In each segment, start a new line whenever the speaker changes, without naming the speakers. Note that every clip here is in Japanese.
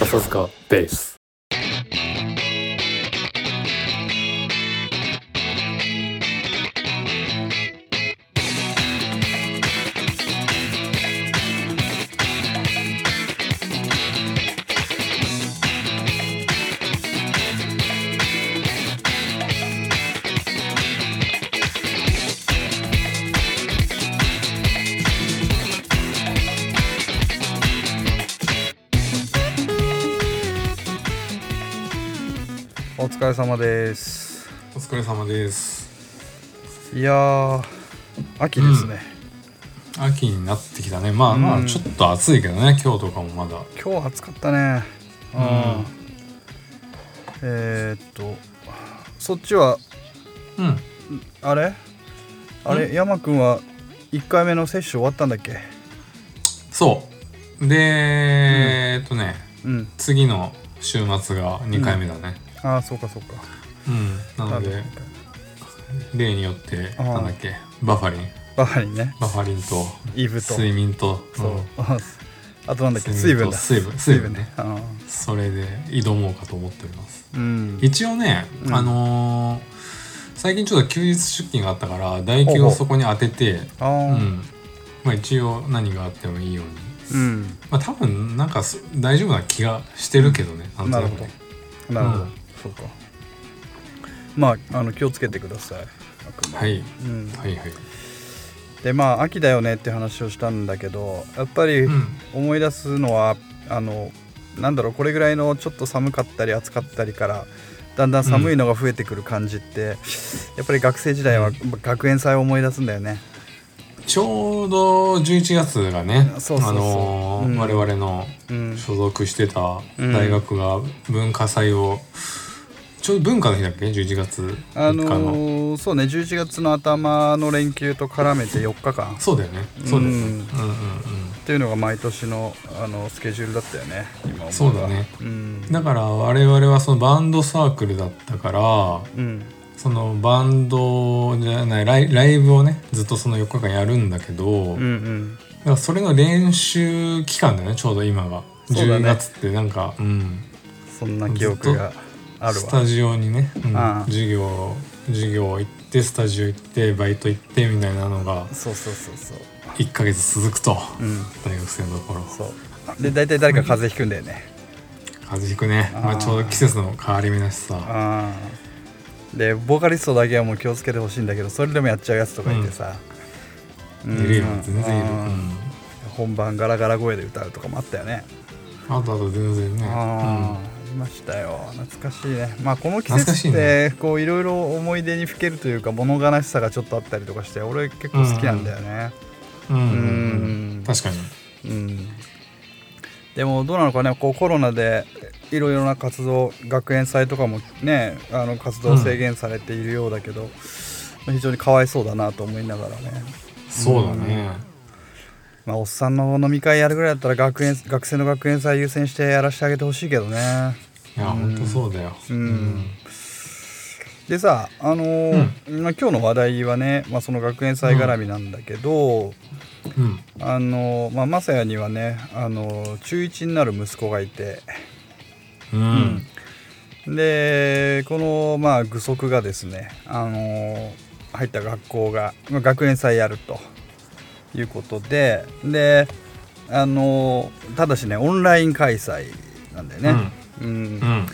笹塚ベース
お疲れ様です
お疲れ様です
いやー秋ですね、
秋になってきたねまあ、まあ
うん
ちょっと暑いけどね今日とかもまだ
今日暑かったねうん、
うん
えー、っとそっちは
うん
あれあれ山くんは1回目の接種終わったんだっけ
そうで、えーっとね
うん
次の週末が2回目だね
ああそうかそうか
うん、なので例によって
あー
なんだっけバファリン
バカにね
バファリンと
イブと
睡眠と
そう、
う ん
あとなんだっけ水分だ
睡眠と水分水分ね
水分ね
それで挑もうかと思っております
うん、うん、
一応ね、
うん
あのー最近ちょっと休日出勤があったから代休をそこに当てて
あー
うん、まあ一応何があってもいいように、
うん、
まあ、多分なんかそ大丈夫な気がしてるけどねなんと
なる
な
ほ
く
ど
ね
なるほど、
うん
そうかまああの気をつけてくださいあくま
は
で
い
うん、
はいはい
でまあ秋だよねって話をしたんだけどやっぱり
うん
思い出すのは、あのなんだろうこれぐらいのちょっと寒かったり暑かったりからだんだん寒いのが増えてくる感じって、やっぱり学生時代は学園祭を思い出すんだよね。
ちょうど11月がね
そうそうそう
あのー
うん
我々の
うん、
所属してた大学が文化祭を、ちょうど文化の日だっけ11月3日の、
あのーそうね11月の頭の連休と絡めて4日間っ
そうだよねそうだよね、
う
うんん、うんうん
ていうのが毎年のあのスケジュールだったよね今思えば
そうだね
うん
だから我々はそのバンドサークルだったから
うん
そのバンドじゃないライライブをねずっとその4日間やるんだけど、
うんうん
だからそれの練習期間だよねちょうど今が、
そうだ
10
ね
月ってなんか、うん、
そんな記憶がある
ス
わ
タジオにね、うん
ああ
授業授業行ってスタジオ行ってバイト行ってみたいなのが
そうそうそうそう
1ヶ月続くと、
うん
大学生の頃
そうで大体誰か風邪ひくんだよね
風邪ひくねまあ、
ああ
ちょうど季節の変わり目だしさ
ああでボーカリストだけはもう気をつけてほしいんだけどそれでもやっちゃうやつとかいてさ、
いるよ全然いる、
ああ本番ガラガラ声で歌うとかもあったよね、
うん、あとあと全然ね、
ああありましたよ懐かしいねまあこの季
懐か
節
しい
ってこういろいろ思い出にふけるというか物悲しさがちょっとあったりとかして俺結構好きなんだよね
うんうん
う
うん
ん
確かに
うんでもどうなのかねこうコロナでいろいろな活動学園祭とかもねあの活動制限されているようだけど、非常にかわいそうだなと思いながらね、
そうだね、
まあ、おっさんの飲み会やるぐらいだったら学園学生の学園祭優先してやらせてあげてほしいけどね
いや、本当そうだよ。
うんでさあのーまあ、今日の話題はね、まあ、その学園祭絡みなんだけど、
うん。
あのーまあ、雅也にはね、あのー中1になる息子がいて
うん。
でこのまあ具足がですね、あのー入った学校が、まあ、学園祭やるということでで、あのーただしねオンライン開催なんだよね。う
う
ん
ん。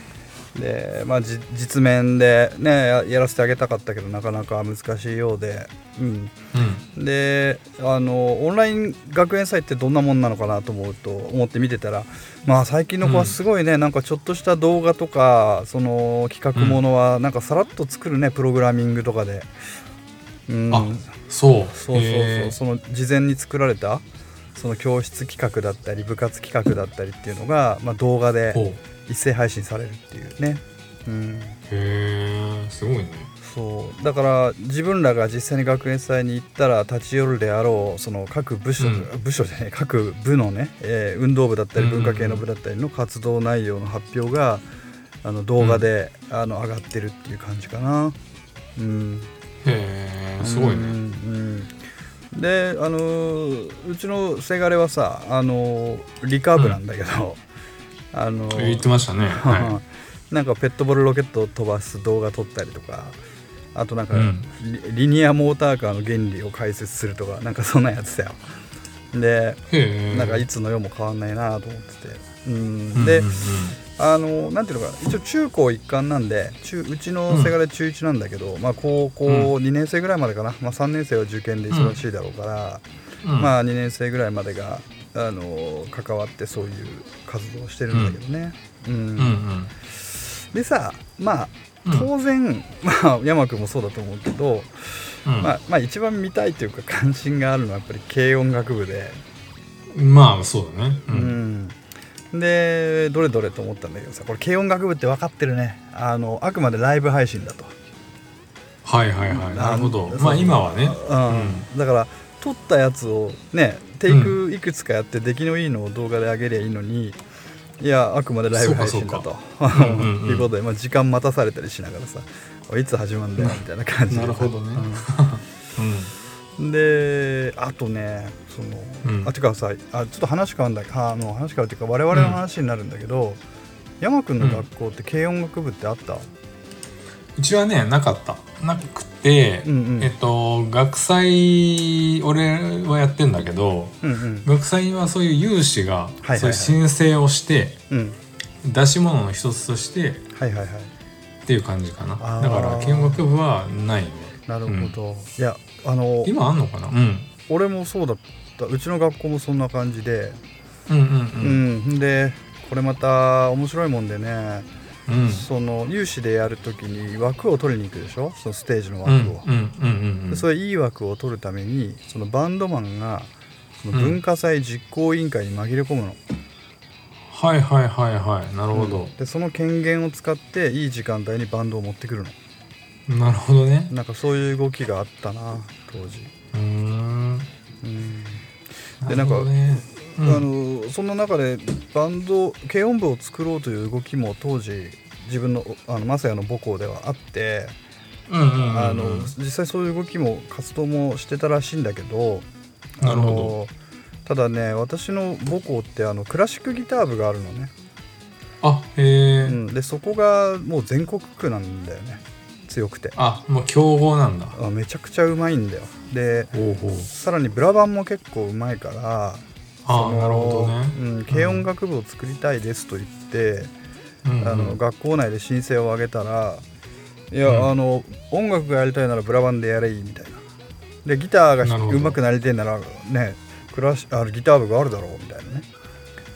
でまあ、じ実面で、ね、ややらせてあげたかったけどなかなか難しいようで、うん、であのオンライン学園祭ってどんなもんなのかなと思うと思って見てたら、まあ、最近の子はすごいね、なんかちょっとした動画とかその企画ものはなんかさらっと作るねプログラミングとかで、うん、
あ、そう。
そうそうそう、
へー
その事前に作られたその教室企画だったり部活企画だったりっていうのが、まあ、動画で
ほ
一斉配信されるっていうね。うん
う。へえ、すごいね。
そうだから自分らが実際に学園祭に行ったら立ち寄るであろうその各部署、
う
部署じゃない各部のね、えー運動部だったり
うんうんう
文
ん
化系の部だったりの活動内容の発表があの動画で、あの上がってるっていう感じかな。うん、
へえ、すごい
うん
ね。
うんであのーうちのせがれはさあのー理科部なんだけど、あの
言ってましたね。は
なんかペットボールロケットを飛ばす動画撮ったりとかあとなんか、
うん
リリニアモーターカーの原理を解説するとかなんかそんなやつだよで
い。へえ。
なんかいつの世も変わんないなと思っててうん
うん
で、
うんうん
あのなんていうのかな一応中高一貫なんで中うちのせがれ中1なんだけど、まあ、高校
う
2年生ぐらいまでかな、まあ、3年生は受験で忙しいだろうから、
うん
まあ、2年生ぐらいまでがあの関わってそういう活動をしてるんだけどね。うん
うんうん
でさまあ
うん
当然、 まあ、山君もそうだと思うけど、
うん
まあ、まあ一番見たいというか関心があるのはやっぱり軽音楽部で、
まあそうだね。う
うんんでどれどれと思ったんだけどさこれ軽音楽部って分かってるねあのあくまでライブ配信だと、
はいはいはい。なるほど。まあ今はね。
うんだから撮ったやつをねテイクいくつかやって出来のいいのを動画で上げりゃいいのにいやあくまでライブ配信だ
そう
と
かう んうんうん
いうことで、まあ、時間待たされたりしながらさおいいつ始まるんだよみたいな感じでさ
なるほどね
う ん
う
であとねその、
うん
あてかさあちょっと話変わるんだあの話変わるっていうか我々の話になるんだけど、山くんの学校って軽音楽部ってあった、
ん。うちはねなかった。なくて
う、ん、うん
えっと学祭俺はやってんだけど、
うんうん
学祭はそういう有志が
いはいはい
そういう申請をして
うん
出し物の一つとして
はいはいはい
っていう感じかな。
あー
だから見学部はないね。
なる
うん
ほど、いやあの
今あんのかな。うん。
俺もそうだったうちの学校もそんな感じで
うんうん
うん、でこれまた面白いもんでね、
うんうん。
その有志でやるときに枠を取りに行くでしょそのステージの
う
枠を、
んうんうんうん
でそれいい枠を取るためにそのバンドマンがその
うん
文化祭実行委員会に紛れ込むの、
はいはいはいはいなるほど、
でその権限を使っていい時間帯にバンドを持ってくるの
なるほどね
なんかそういう動きがあったな当時
うーん
うん、で
なるほどねうん
あのそんな中でバンド軽音部を作ろうという動きも当時自分のあのマサヤの母校ではあって、
うんうんうん
あの実際そういう動きも活動もしてたらしいんだけどあ
な
の
るほ
ただね私の母校ってあのクラシックギター部があるのね、
あへ
う
え
ん、でそこがもう全国区なんだよね強くて
あもう強豪なんだ
あめちゃくちゃうまいんだよで
おうほう
さらにブラバンも結構うまいから
あ
その
なるほどね
うん、軽音楽部を作りたいですと言って、
うんうん
あの学校内で申請をあげたら「いや、
うん
あの音楽がやりたいならブラバンでやれいい」みたいなでギターが
なるほ
う
ど
まくなりてえならねクラシあのギター部があるだろうみたいなね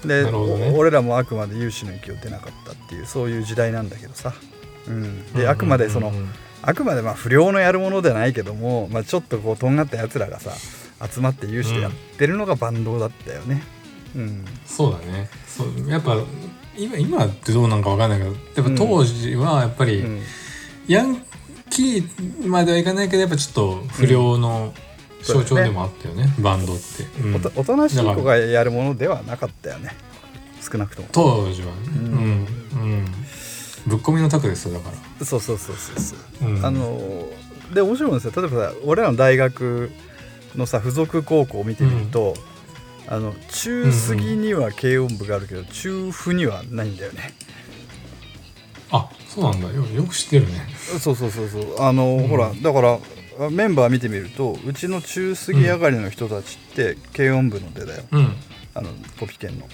で
なるほどね
お俺らもあくまで有志の域を出なかったっていうそういう時代なんだけどさ、うん、であくまでその、
うんうんうん
あくまでまあ不良のやるものではないけども、まあ、ちょっとこうとんがったやつらがさ集まって有志でやってるのがバンドだったよねうん
そうだねそうやっぱ今今ってどうなんかわかんないけどや
う
っ
ん
ぱ当時はやっぱり、
うん
ヤンキーまではいかないけどやっぱちょっと不良の象徴でもあったよね,、バンドって、うん
おとおとなしい子がやるものではなかったよね少なくとも
当時はね
うん
うん、うんぶっ込みのタクですよだか
そうそうそうそうそう、
ら、うん、
あのーで面白いんですよ例えばさ俺らの大学のさ付属高校を見てみると、あの中過ぎには軽音部があるけど、中不にはないんだよね
あそうなんだよよく知ってるね
そうそうそうそうあのー、ほらだからあメンバー見てみるとうちの中過ぎ上がりの人たちって軽音部の出だよ、
うん
あのポピケンの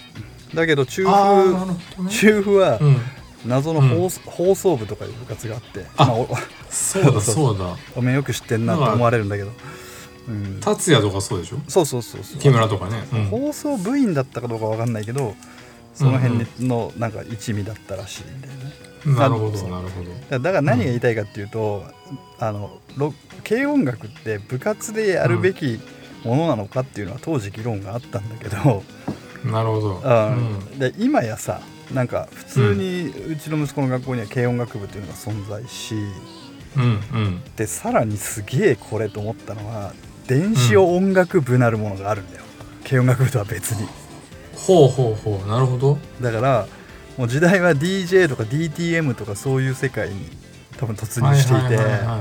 だけど中
あーなるほ
風
どね
中風は、
うん
謎の放,、放送部とかいう部活があって
あ
まあ、お
そうだそうだ
おめえよく知ってんなと思われるんだけど、うん、
達也とかそうでしょ
そうそうそうそ
木
う
村とかね、うん
放送部員だったかどうかわかんないけどその辺のなんか一味だったらしいんだよね
なるほど
そう
なるほど
だだから何が言いたいかっていうと、あのロ軽音楽って部活でやるべきものなのかっていうのは当時議論があったんだけど、
なるほど、
うんで今やさなんか普通にうちの息子の学校には軽音楽部っていうのが存在し、
うんうん
でさらにすげえこれと思ったのは電子音楽部なるものがあるんだよ、軽音楽部とは別に
ほうほうほうなるほど
だからもう時代は DJ とか DTM とかそういう世界に多分突入していて、
はいはいはいは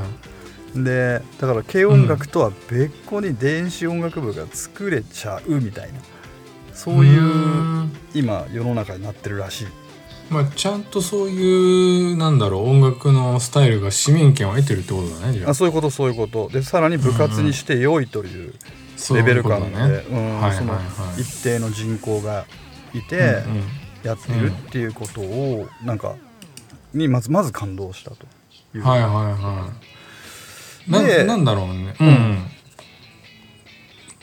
でだから軽音楽とは別個に電子音楽部が作れちゃうみたいなそういう
ーん
今世の中になってるらしい
まあ、ちゃんとそういうなんだろう音楽のスタイルが市民権を得てるってことだねじゃ
あ
あ
そういうことそういうことでさらに部活にして良いという
そうい
レ
う
ベル
こと
感で
ね
うん
はいはい
その
はい
一定の人口がいて、
うんうん
やってるっていうことをなんかにまずまず感動したという、
はいはいはい。な
で
なんだろうね。うん、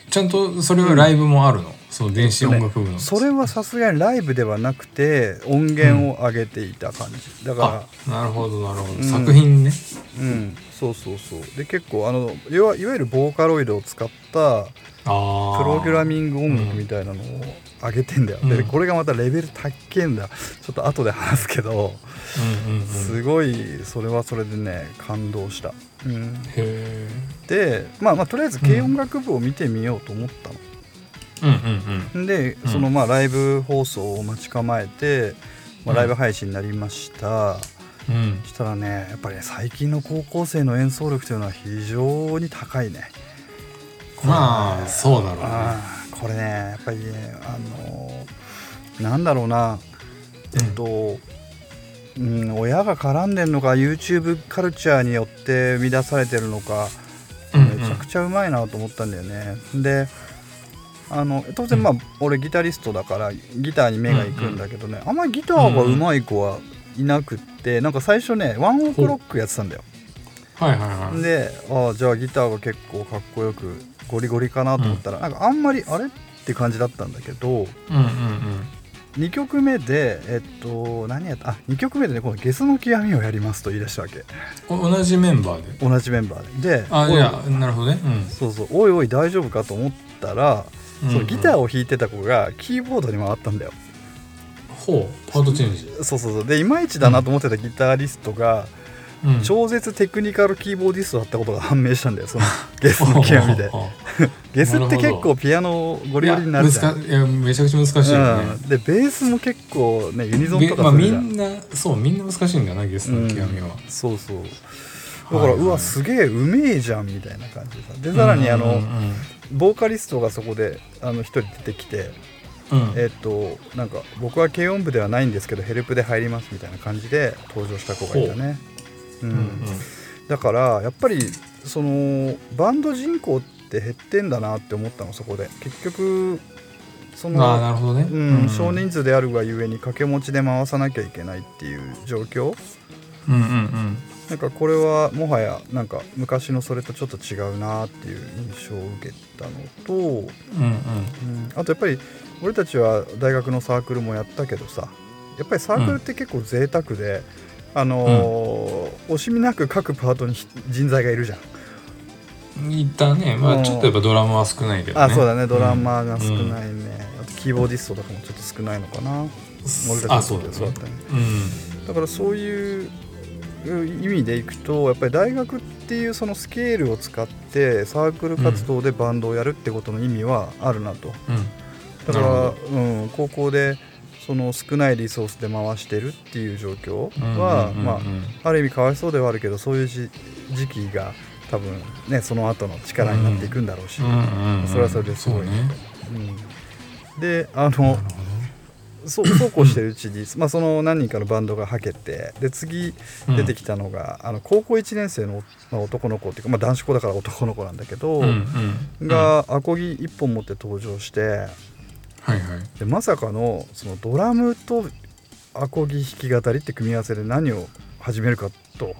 ちゃんとそれはライブもあるの、その電子音楽部の。
それはさすがにライブではなくて音源を上げていた感じだ
あ
か
なるほどなるほど、
ん
作品ね。
らうんそうそうそうで結構あのいわいわゆるボーカロイドを使った
ああ。
プログラ
ム。
ミング音楽みたいなのを上げてんだよ、
うん
でこれがまたレベル高えんだちょっと後で話すけど、
うんうんうん。へ
すごいそれはそれでね感動した、うん、
え。
でまあまあとりあえず軽音楽部を見てみようと思ったの、
うんうん
で
うん
そのまあライブ放送を待ち構えて、まあ、ライブ配信になりました、
うん。うん。
したらねやっぱりね最近の高校生の演奏力というのは非常に高いねこれね
まあそうだろうね。
あーこれねやっぱりねあのーなんだろうなえっと、うん親が絡んでるのか YouTube カルチャーによって生み出されてるのか
うんうん
めちゃくちゃうまいなと思ったんだよね。であの当然まあ、俺ギタリストだからギターに目がいくんだけどね、あんまりギターがうまい子はいなくって、なんか最初ねワンオクロックやってたんだよ。
はいはいはい。
でああじゃあギターが結構かっこよくゴリゴリかなと思ったら、なんかあんまりあれって感じだったんだけど
うんうんうん。
2曲目でえっと何やったあ2曲目でねこの「ゲスの極み」をやりますと言い出したわけ
お同じメンバーで。
同じメンバーでで
あ
お
い
い
やなるほどね。う
そうそうおいおい大丈夫かと思ったら、
ん。
そのギター
を。
を弾いてた子がキーボードに回ったんだよ
ほうパートチェンジ。
そうそうそうでいまいちだなと思ってたギタリストが、
うん
超絶テクニカルキーボーディストだったことが判明したんだよそのゲスの極みで
おおおお
ゲスっ
な
て
るほど
結構ピアノゴリゴリになるじゃん
いや難いやめちゃくちゃ難しいよね、
うん、でベースも結構ねユニゾン
べ
と
ま
か
あ、
する
み
じゃん、
んなそうみんな難しいんだなゲストの極みは、
そうそうだから、
はいはいう
わすげえうめえじゃんみたいな感じでさでさらにあの、
うんうん
ボーカリストがそこであの一人出てきて
うんうん
えっとなんか僕は軽音部ではないんですけどヘルプで入りますみたいな感じで登場した子がいたねうん、
うんうん
だからやっぱりそのバンド人口って減ってんだなって思ったのそこで結局その
ああなるほどね、
うん少人数であるがゆえに掛け持ちで回さなきゃいけないっていう状況
うんうんうん
なんかこれはもはやなんか昔のそれとちょっと違うなっていう印象を受けたのと、うん、
うんうん
あとやっぱり俺たちは大学のサークルもやったけどさやっぱりサークルって結構贅沢で、あのー惜しみなく各パートにひ人材がいるじゃん、
うんいったねま
う
あ
ん
ちょっとやっぱドラムは少ないけどね、
あそうだねドラマーが少ないいね、あとキーボーディストとかもちょっと少ないのか
う
な
ん
俺たち
あ
の
そうだ
時
ね
はそうだったね
うん
だからそういう意味でいくとやっぱり大学っていうそのスケールを使ってサークル活動でバンドをやるってことの意味はあるなと、
うん
だから
なる、
うん、高校でその少ないリソースで回してるっていう状況
うんう
は、
んうんうん
まあ、ある意味かわいそうではあるけどそういうじ時期が多分ねその後の力になっていくんだろうし、
うんうんうん
それはそれですごい
そうね
うんであのそうそうこうしてるうちに、まあ、その何人かのバンドがはけてで次
うん
出てきたのが、あの高校1年生の、まあ、男の子っていうか、まあ、男子校だから男の子なんだけ
う
ど、
んうんうん
がアコギ1本持って登場して
はいはい
でまさかのそのドラムとアコギ弾き語りって組み合わせで何を始めるかと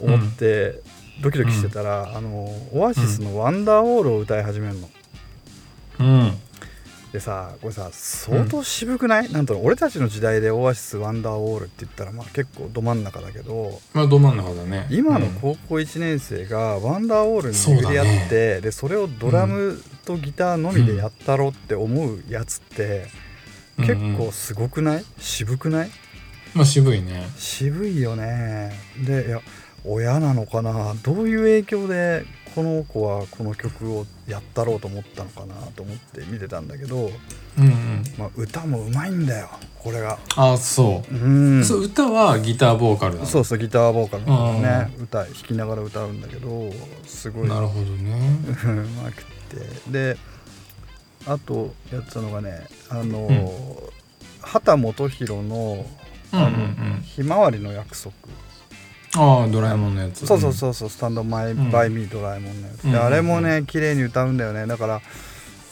思ってドキドキしてたら、あのオアシスの「ワンダーウォール」を歌い始めるの。
うん
でさこれさ相当渋くない、なんと俺たちの時代で「オアシスワンダーウォール」って言ったら、まあ、結構ど真ん中だけど
まあど真ん中だね
今の
うん
高校1年生が「ワンダーウォール」に巡り合っ
そ
て
う
そ,、でそれをドラムとギターのみでやったろって思うやつって、
うんう
結
ん
構すごくない渋くない
まあ渋いね
渋いよねでいや親なのかなどういう影響でこの子はこの曲をやったろうと思ったのかなと思って見てたんだけど、
うんうん
まあ、歌もうまいんだよこれが
あそうう、
ん
そう歌はギターボーカルなの
そうそうギターボーカルのね歌弾きながら歌うんだけどすごいう
なるほどね
まくてであとやってたのがねあのー畑基博の
うんうんう
あの
ん
「ひまわりの約束」
ああドラえもんのやつ
そうそうそうそう「スタンドマイ・
うん
バイ・ミー・ドラえもん」のやつ
うん
であれもね綺麗に歌うんだよねだから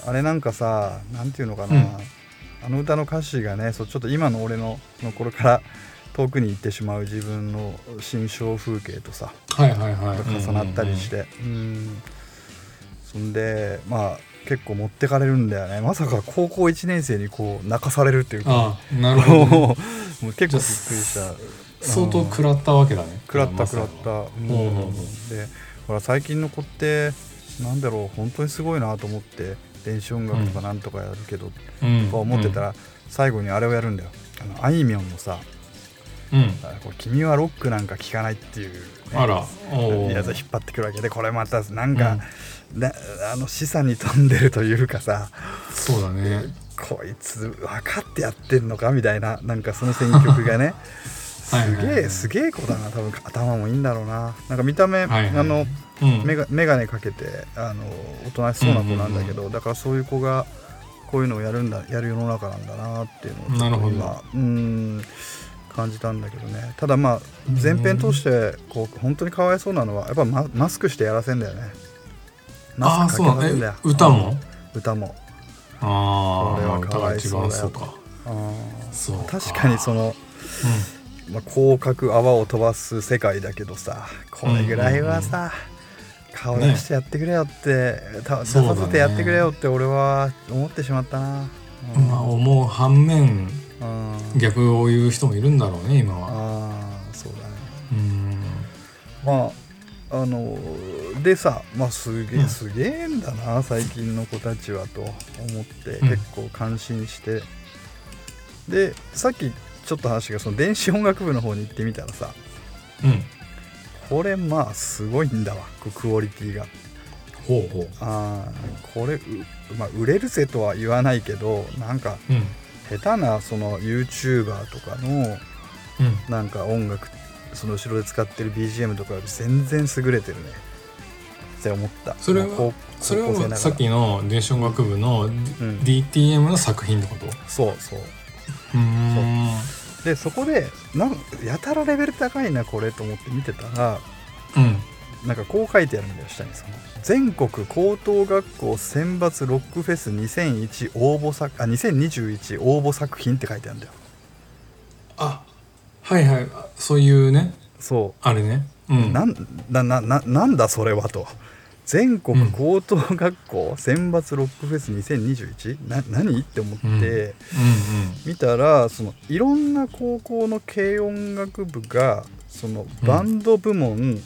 あれなんかさなんていうのかな、
うん
あの歌の歌詞がねそうちょっと今の俺のの頃から遠くに行ってしまう自分の心象風景とさ
うんはいはいはい
重なったりしてうんそんでまあ結構持ってかれるんだよねまさか高校1年生にこう泣かされるっていうか
ああなるほど ね、
もうもう結構びっくりした
相当食らったわけだね
食らった食らった、う
う
ん
んうんうん
でほら最近の子ってなんだろう本当にすごいなと思って電子音楽とかなんとかやるけど、
うん
とか思ってたら、最後にあれをやるんだよあのあいみょんのさ
うん、
あこう君はロックなんか聴かない」っていう、ね、
あらおお
やつを引っ張ってくるわけでこれまたなんか、なあの示唆に富んでるというかさ
そうだね
こいつ分かってやってんのかみたいななんかその選曲がねす
はいはいはい
げえすげえ子だな多分頭もいいんだろうななんか見た
は
目、
いはい
あの
うん
メガメガネかけてあのおとなしそうな子なんだけど、だからそういう子がこういうのをやるんだやる世の中なんだなっていうのをちょっと
なるほど
今うん感じたんだけどねただまあ前編通してこう本当にかわいそうなのはやっぱママスクしてやらせんだよね
あ
マ
あ
ス
そ
ク
うな
かけさせん
ん
だ
だ
よ
歌も
歌も
あ
こ
あ
れ
まあ
は
歌
か
が
わい
一
そう
番
だ
そ
よ
うか
あー
そうか
確かにその、
う
まあ、広角泡を飛ばす世界だけどさこれぐらいはさ、顔出してやってくれよって、た出
そうだ
さ
ね
せてやってくれよって俺は思ってしまったな、うん
まあ思う反面
うん
逆を言う人もいるんだろうね今は
ああそうだね
うん
まああのでさまあすげ
う
え
ん
すげえんだな最近の子たちはと思って、
うん
結構感心してでさっきちょっと話がその電子音楽部の方に行ってみたらさ、
うん
これまあすごいんだわこうクオリティが
ほうほう
あーこれう、まあ、売れるぜとは言わないけどなんか
うん
下手なその YouTuber とかの
うん
なんか音楽その後ろで使ってる BGM とかより全然優れてるねって思った
それは
まあこう
それ
高校生なが
は
ら
さっきの電子音楽部の DTM の作品ってこと
そうそう
うん
でそこでなんやたらレベル高いなこれと思って見てたら
うん
なんかこう書いてあるんだよ下にその全国高等学校選抜ロックフェス2001応募作あ2021応募作品って書いてあるんだよ
あはいはいあそういうね
そ
あれねう
う、
ん
なんななななんだそれはと全国高等学校選抜ロックフェス 2021? な何って思って、
うん
見たらそのいろんな高校の軽音楽部がそのバンド部門、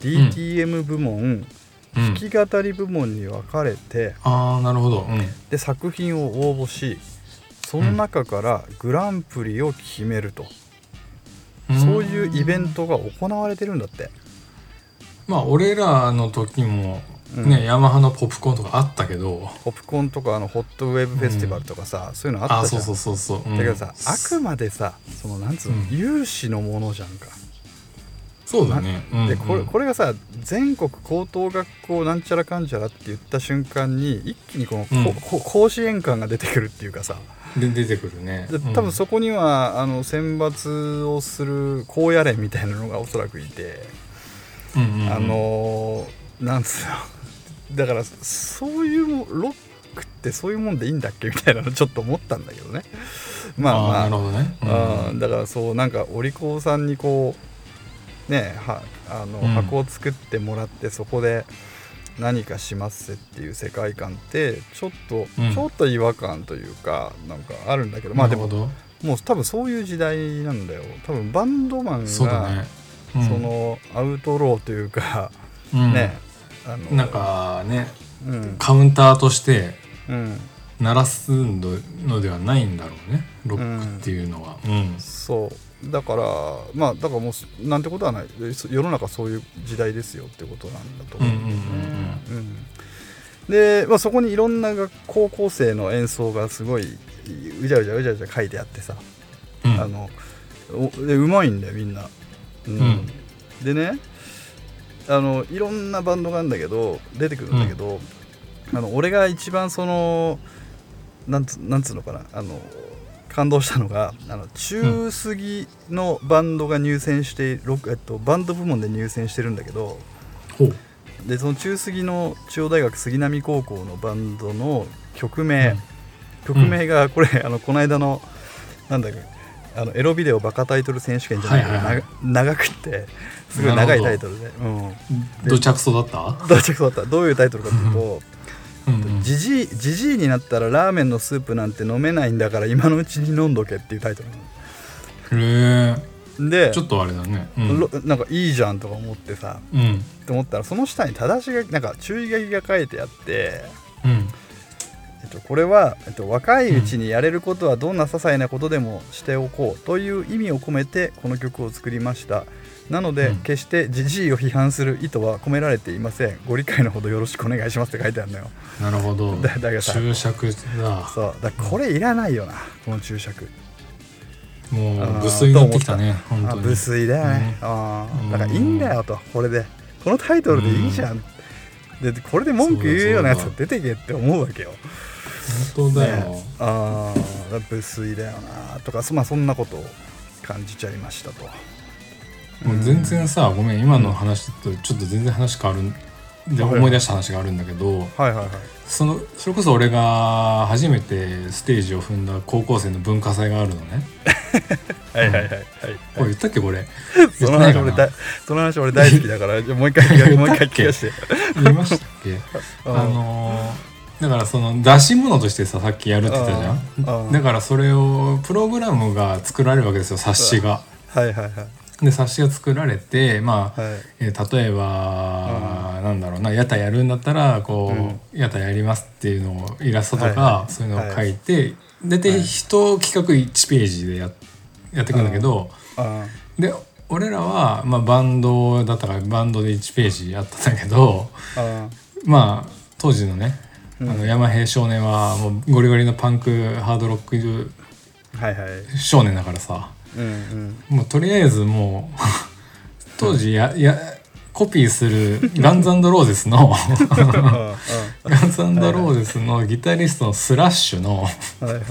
DTM 部門、
うんうん
弾き語り部門に分かれて、
ああなるほどうん
で作品を応募しその中からグランプリを決めると、そういうイベントが行われてるんだって
まあ俺らの時もね、
うん
ヤマハのポップコーンとかあったけど
ポップコーンとかあのホットウェブフェスティバルとかさ、そういうのあっ
あ
た
あ
じ
そ
ゃ
うんそうそうそう、うん
だけどさあくまでさそのなんつうの、
うん
有志のものじゃんか
そうだね、うんうん、
でこれこれがさ全国高等学校なんちゃらかんちゃらって言った瞬間に一気にこの、
うん
ここ甲子園感が出てくるっていうかさ
で出てくるね
で多分そこには、あの選抜をする高野連みたいなのがおそらくいて
うん、うんうんうん
あのーなんつうの だからそういうもロックってそういうもんでいいんだっけみたいなのちょっと思ったんだけどねまあまあ
あーなるほどね、
うんだからそうなんかお利口さんにこうねはあの、
うん
箱を作ってもらってそこで何かしますっていう世界観ってちょっと、
うん
ちょっと違和感というかなんかあるんだけどまあでも
なるほ
もう多分そういう時代なんだよ多分バンドマ
ど
ンが
そうだね、うん
そ、のアウトローというか、
うん
ねあの
なんかね
うん
カウンターとして
うん
鳴らすのではないんだろうねロックっていうのは、うん
そうだからまあだからもうなんてことはない世の中そういう時代ですよってことなんだと
うん
思
う
う、
んうん
うんで、まあ、そこにいろんな学高校生の演奏がすごいうじゃうじゃうじゃうじゃ書いてあってさ、
うんうん
あのおでうまいんだよみんな、うん
うん
でねあのいろんなバンドがあるんだけど出てくるんだけど、あの俺が一番そのなんつなんつうのかなあの感動したのがあの中杉のバンドが入選して、ロックえっと、バンド部門で入選してるんだけど
ほう
でその中杉の中央大学杉並高校のバンドの曲名、曲名がこれ、あのこの間のなんだっけあのエロビデオバカタイトル選手権じゃないけど、
はいはいはい
な長くってすごい長いタイトルで、うん、
どちゃくそだった
どうしたことだったどういうタイトルかというと
うん
「じじいじじいになったらラーメンのスープなんて飲めないんだから今のうちに飲んどけ」っていうタイトルな
うんへ
ので
えちょっとあれだねうん
ろなんかいいじゃんとか思ってさ
うん
と思ったらその下に正しがなんか注意書きが書いてあって
うん
えっと、これは、えっと、若いうちにやれることはどんな些細なことでもしておこうという意味を込めてこの曲を作りましたなので、
うん
決してジジイを批判する意図は込められていませんご理解のほどよろしくお願いしますって書いてあるのよ
なるほど
だだからさ
注釈だ
そうだからこれいらないよなこの注釈
も
あー
う無粋になってきたね本
あ
当に
無粋だよね、ああーだからいいんだよとこれでこのタイトルでいいじゃん、でこれで文句言うようなやつは出てけって思うわけよ
本当だよ、
ね、ああ無粋だよなとかそ,、まあ、そんなことを感じちゃいましたと
もう全然さごめん今の話とちょっと全然話変わるんで
はい
思い出した話があるんだけど
はいはいはい
そのそれこそ俺が初めてステージを踏んだ高校生の文化祭があるのね
はいはいはいはい
これ言ったっけこれ
そ
言って
の
ない
話
か
俺
な
大その話俺大好きだから じゃあもう一回 聞かもう一回聞かして
言いましたっけ
うん
あのーだからその出し物としてささっきやるって言ったじゃ
うん
ん
うん
だからそれをプログラムが作られるわけですよ冊子が。
はいはいはい
で冊子が作られてまあ、
はい
えー例えば、なんだろうな屋台やるんだったらこう、屋台やりますっていうのをイラストとか、
はいは
そういうのを書いて、大体人企画1ページでややっていくんだけど、
あ
で俺らは、まあ、バンドだったからバンドで1ページやったんだけど
あ
まあ当時のね、あの山平少年はもうゴリゴリのパンクハードロック
はいはい
少年だからさ。
うんうん
もうとりあえずもう 当時ややコピーするガンズローゼスの
うんうんは
ガンズローゼスのギタリストのスラッシュの
いはい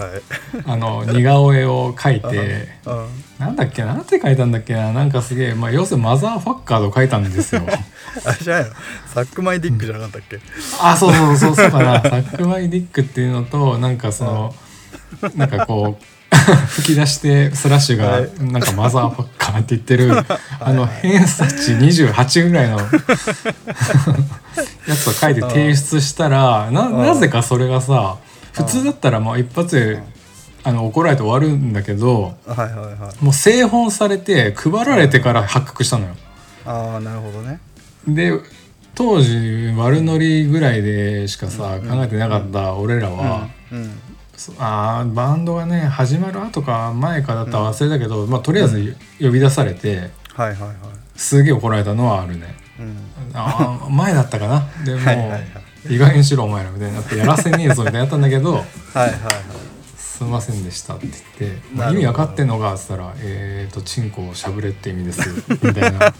あの似顔絵を描いて
あ
なんだっけなんて描いたんだっけななんかすげえ、まあ、要するにマザーファッカーと描いたんですよ
あれじゃないのサックマイディックじゃなかったっけ
あそうそうそうそうかなサ ックマイディックっていうのとなんかそのなんかこう 吹き出してスラッシュ
は
が
い
なんかマザーファッカーって言ってるあの偏差値28ぐら いのやつを書いて提出したらななぜかそれがさ普通だったらもう一発であの怒られて終わるんだけど
はいはいはい
もう製本されて配られてから発覚したのよ。
ああなるほどね
で当時悪ノリぐらいでしかさ考えてなかった俺らは、
うん
そあーバンドがね始まる後か前かだったら忘れたけど、まあ、とりあえず呼び出されて
はいはいはい
すげえ怒られたのはあるね。
うん
あー前だったかなでもう
はいはいはい
意外にしろお前らみたいになってやらせねえぞみたいになったんだけ ど
はいはいはい
すいませんでしたって言って、
なるほ
まあ
ど
意味分かってんのがっつったら「えっ、ー、とチンコをしゃぶれって意味です」みたい な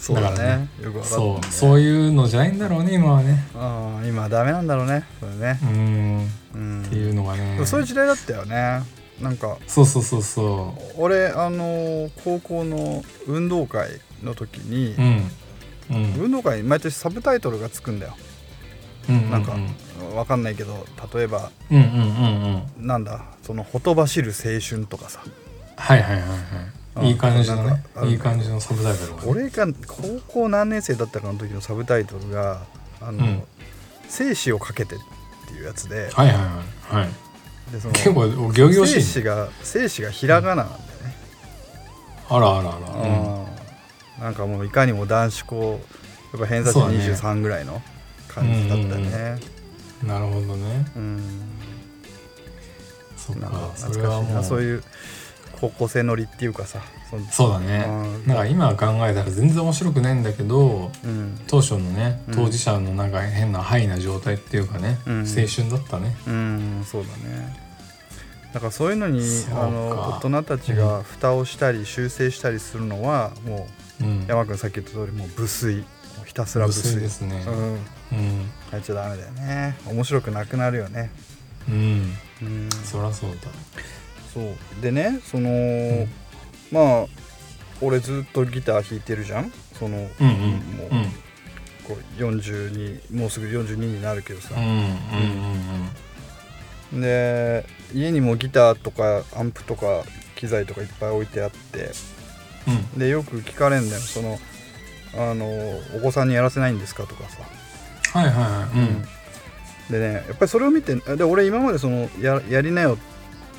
そうだ
だから
ね
ね
よくわかったね
そうそういうのじゃないんだろうね今はね。
ああ今ダメなんだろうねそれね
う、んっ
うん
ていうのがね
でもそういう時代だったよねなんか
そうそうそうそ
俺あのー高校の運動会の時に
ううんうん
運動会に毎年サブタイトルがつくんだよ
うん
なんか
うん
わかんないけど例えば
うんうんうんうん
なんだその「ほとばしる青春」とかさ
はいはいはい
あ
はいいい感じの
なん
ね
かある
いい感じのサブタイトルがね
俺が高校何年生だったかの時のサブタイトルが「あの
うん
生死をかけて」っていうやつで
はいはいはいはい
でその
結構お行々
生
し
死
いね
が生死がひらがななんだよね
あらあらあら
うんなんかもういかにも男子校やっぱ偏差値
そうだね
23ぐらいの感じだったよね
うんなるほどね
うん
そっ
なん
か
か
そ
懐
れ
か
は
しい
も
なそう
う
いう高校生乗りっていうかさその
そうだね
うん
なんか今考えたら全然面白くないんだけど
うん
当初のね
うん
当事者のなんか変なハイな状態っていうかね
うん
青春だったね
うんそうだねだからそういうのに
そうか
あの大人たちが蓋をしたり修正したりするのはも
うん
う山君さっき言った通りもう無粋もうひたすら無
無
粋
粋ですね
うん
うん
やっちゃダメだよね面白くなくなるよね
うん
うん、
そりゃそうだ
そうでねその、
ん
まあ俺ずっとギター弾いてるじゃんその、
うんうん
もう
うん
こう42もうすぐ42になるけどさ
う、んうん
で家にもギターとかアンプとか機材とかいっぱい置いてあって
うん
でよく聞かれんだよそのあの「お子さんにやらせないんですか?」とかさ
はいはいはいうん
でねやっぱりそれを見てで俺今までそのややりなよ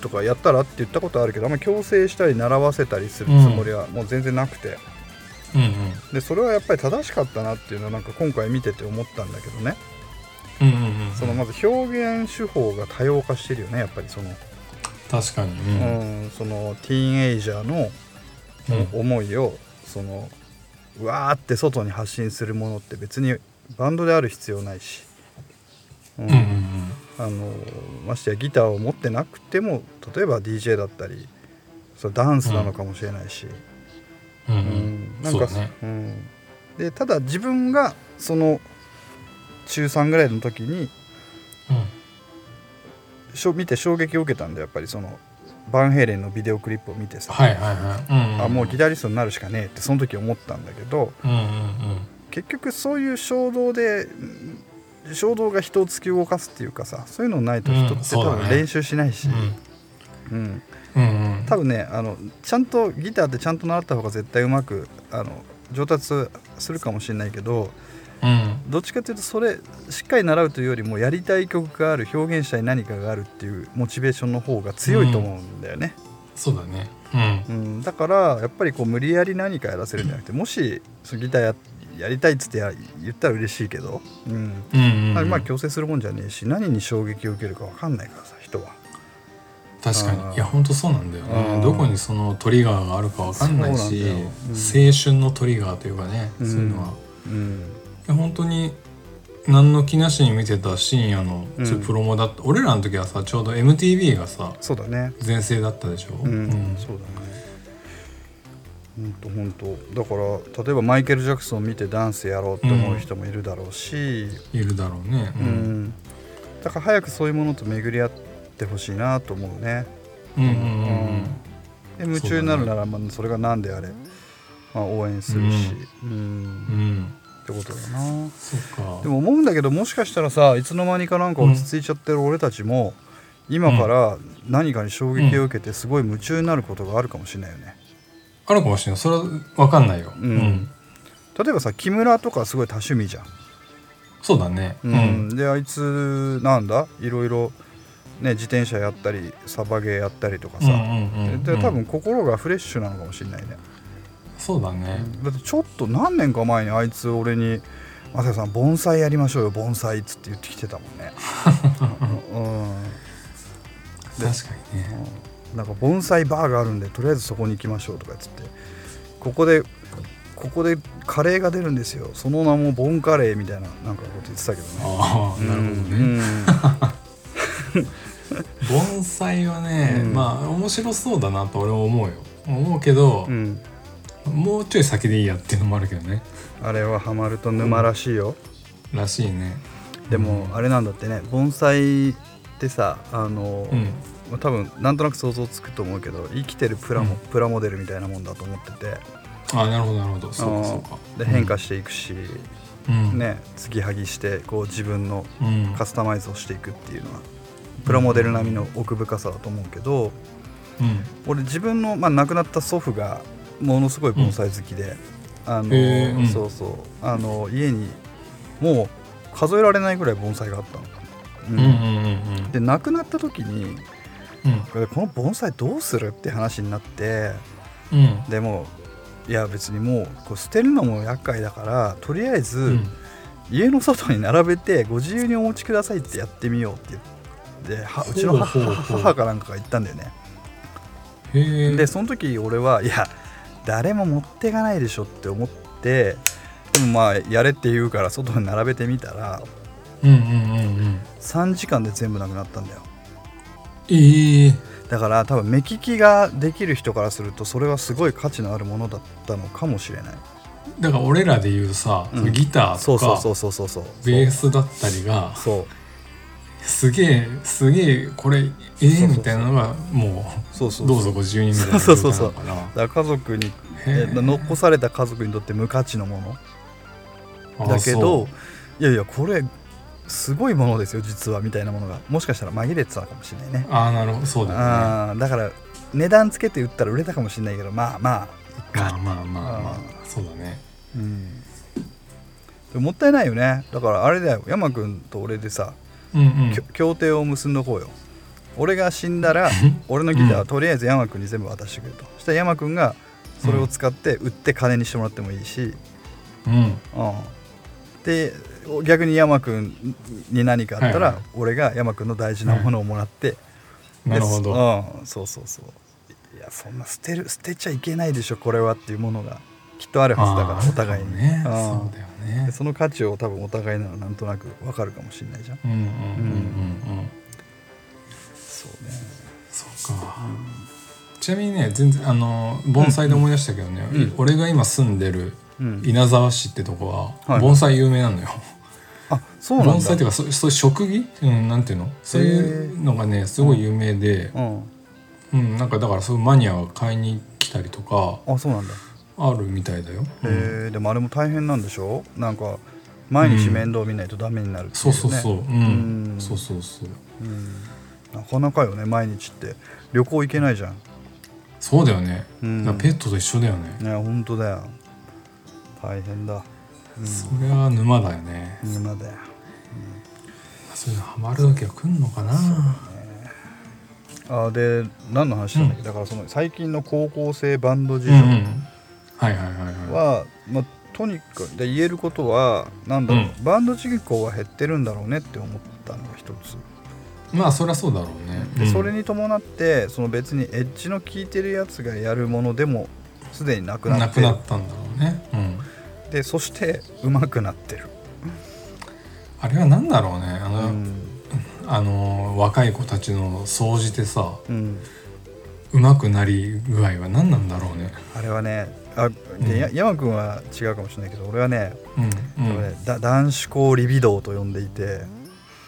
とかやったらって言ったことあるけどあんま強制したり習わせたりするつもりはもう全然なくて、
うん
でそれはやっぱり正しかったなっていうのはなんか今回見てて思ったんだけどね
うんうんうんうん
そのまず表現手法が多様化してるよねやっぱりその,、
確かにう
うんんそのティーンエイジャーの
うん
思いをそのうわーって外に発信するものって別にバンドである必要ないし、うん
うんうん
あのましてやギターを持ってなくても例えば DJ だったりそうダンスなのかもしれないし、
うんう
うん
んうん
なんか
そうね
うん、でただ自分がその中3ぐらいの時に
うん
しょ見て衝撃を受けたんだよやっぱりそのバンヘイレンのビデオクリップを見てさ、
はいはいはいうんん
あもうギタリストになるしかねえってその時思ったんだけど、
うんうん
結局そういう衝動でうん衝動が人を突き動かすっていうかさそういうのないと人
う
っ
ん
て
そうだ
多
ね
分練習しないし、うん
うんうんうん
多分ねあのちゃんとギターってちゃんと習った方が絶対うまくあの上達するかもしれないけど
うん
どっちかというとそれしっかり習うというよりもやりたい曲がある表現したい何かがあるっていうモチベーションの方が強いと思うんだよね、
そうだねうん
うんだからやっぱりこう無理やり何かやらせるんじゃなくてもしそのギターややりたいっつってや言ったら嬉しいけど、うん、
うんうんうん
まあ強制するもんじゃねえし何に衝撃を受けるか分かんないからさ人は
確か
あ
に
ー
いや本当そうなんだよ
う
ね
ん
どこにそのトリガーがあるかわかんないし、
そうなんだようん
青春のトリガーというかね、
うん
そういうのは
うん
いや本当に何の気なしに見てた深夜の
うん
そういうプロモだった、俺らの時はさちょうど MTV がさ
そうだね
全盛だったでしょ、
うん、
うん
そうだねほんとほんとだから例えばマイケル・ジャクソン見てダンスやろうって思う人もいるだろうし、
いるだろうね、
うんだから早くそういうものと巡り合ってほしいなと思うね
うん、うんうんうんうん
で夢中になるならまあそれが何であれ、まあ、応援するし、うん
うん
ってことだな
そっか
でも思うんだけどもしかしたらさいつの間にかなんか落ち着いちゃってる俺たちも、今から何かに衝撃を受けてすごい夢中になることがあるかもしれないよね。
あるかもしれないそれはわかんないよ、
うん例えばさ木村とかすごい多趣味じゃん。
そうだね
うんであいつなんだいろいろ、ね、自転車やったりサバゲーやったりとか
うんうん
さ、
うんうん
で多分心がフレッシュなのかもしれないね。
そうだね、
だってちょっと何年か前にあいつ俺に「マサさん盆栽やりましょうよ盆栽」っつって言ってきてたもん ね。うんで
確かにね
なんか盆栽バーがあるんでとりあえずそこに行きましょうとかっつってここでここでカレーが出るんですよその名もボンカレーみたいななんかこと言ってたけどね
ああなるほどね、
うん
盆栽はね、
うん
まあ面白そうだなと俺は思うよ思うけど
う、ん
もうちょい先でいいやっていうのもあるけどね
あれはハマると沼らしいよ、
らしいね
でもあれなんだってね盆栽ってさあの、
うん
まあ多分なんとなく想像つくと思うけど生きてるプラモ、
うん
プラモデルみたいなもんだと思ってて
あなるほどなるほどそう
あ
か
の
そうか
で変化していくし、
うん、
ね継ぎはぎしてこう自分の
うん
カスタマイズをしていくっていうのはプラモデル並みの奥深さだと思うけど
うん
俺自分の、まあ、亡くなった祖父がものすごい盆栽好きで、あの
へーうん
そうそうあの家にもう数えられないぐらい盆栽があったの。う
うんんうんうんうん
で亡くなった時に
うん
これこの盆栽どうするって話になって
うん
でもいや別にもうこう捨てるのも厄介だからとりあえず、
うん
家の外に並べてご自由にお持ちくださいってやってみようって言っては
ほう
うちの母
ほうほう
母かなんかが言ったんだよね
へえ
でその時俺はいや誰も持ってかないでしょって思ってでもまあやれって言うから外に並べてみたら
うんうんうんうん
3時間で全部なくなったんだよ
ええ
だから多分目利きができる人からするとそれはすごい価値のあるものだったのかもしれない
だから俺らで言うさ、
うん
ギターと
そうそう
か
そうそうそうそう
ベースだったりが
そう
すげえすげえこれええ
そうそうそう
みたいなのがも
そうそう
うどうぞご自由にみたいな
そうそうそう
状態なの
だから家族に、え
かな
残された家族にとって無価値のもの
へえ
だけ
あ
どいやいやこれすごいものですよ実はみたいなものがもしかしたら紛れてたのかもしれない
そ
ね
うあーなるほどそうだよね
あーだから値段つけて売ったら売れたかもしれないけどまあまあいっ
まあ
か、
まあまあまあ
あ
そうだね
うん、でももったいないよねだからあれだよ山君と俺でさ、
うんうん
きょ協定を結んどこうよ俺が死ん だら俺のギターはとりあえず山君に全部渡してくれと、そしたら山君がそれを使って売って金にしてもらってもいいし、
うん
うん、で逆に山君に何かあったら、
はいはい
俺が山君の大事なものをもらって、
なるほ
で
ど
うん、そうそうそういやそんな捨てる捨てちゃいけないでしょこれはっていうものがきっとあるはずだから
あー
お互いに
ね
う
そ
ん
うだよね
でその価値を多分お互いならなんとなく分かるかもしれないじゃん
うんうんうんうんうん
そうね
そうか、ちなみにね全然あの盆栽で思い出したけどね、
うんうん
俺が今住んでる
うん
稲沢市ってとこ
は
はい盆栽有名なのよ、
あそうなんだ
盆栽っていうかそそういう食技、うん、なんていうのそういうのがねすごい有名で、
うん
うん、なんかだからそういうマニアが買いに来たりとか
あそうなんだ、
あるみたいだよ、うん
えー、でもあれも大変なんでしょなんか毎日面倒見ないとダメになるってい
そうそうそう、うん
うん
そうそうそう
うんなかなかよね毎日って旅行行けないじゃん
そうだよね、
うん
だからペットと一緒だよね、
ね本当だよ大変だ
それは沼だよね、
今だよ
そういうのハマる時は来んのかな
あで何の話なんだっけ、だからその最近の高校生バンド事
うん
情
うんはいはいはいはい
は、まあ、とにかくで言えることはなんだろう、バンド人口は減ってるんだろうねって思ったのが一つ
まあそりゃそうだろうね。
でそれ
に
に伴ってその別にエッジの効いてるやつがやるものでもすでになくな
な
って
くなったんだろうね。うん。
でそして上手くなってる、
あれはなんだろうね。あ
う
の、
ん
あの若い子たちの総じてさ、
うん、
うまくなり具合は何なんだろうね。
あれはねあ、でや山君は違うかもしれないけど俺はね,、
うんうん。
ねだ男子校リビドーと呼んでいて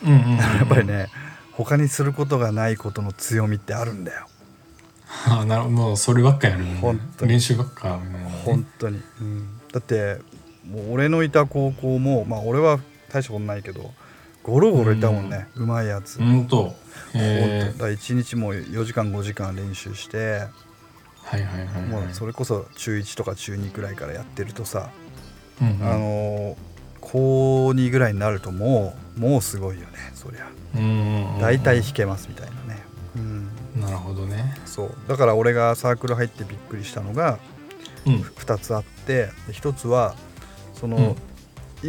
うんうんうん。や
やっぱり。ね他にすることがないことの強みってあるんだよ
あなるほどもうそればっかやるもんね
本当に
練習ばっかみたいなね。
本当に、うんだってもう俺のいた高校もまあ俺は大したことないけどゴロゴロいたもんね、うまいやつ、
本当。
本
え
当だ1日も4時間5時間練習して、
はいはいはい、はい。
もうそれこそ中1とか中2くらいからやってるとさ、
うんうん、
あのー高2ぐらいになるともうもうすごいよねそりゃ
うんうんうんうん
大体弾けますみたいなね、うん、
なるほどね。
そうだから俺がサークル入ってびっくりしたのが
うん。
2つあってで1つはその、
うん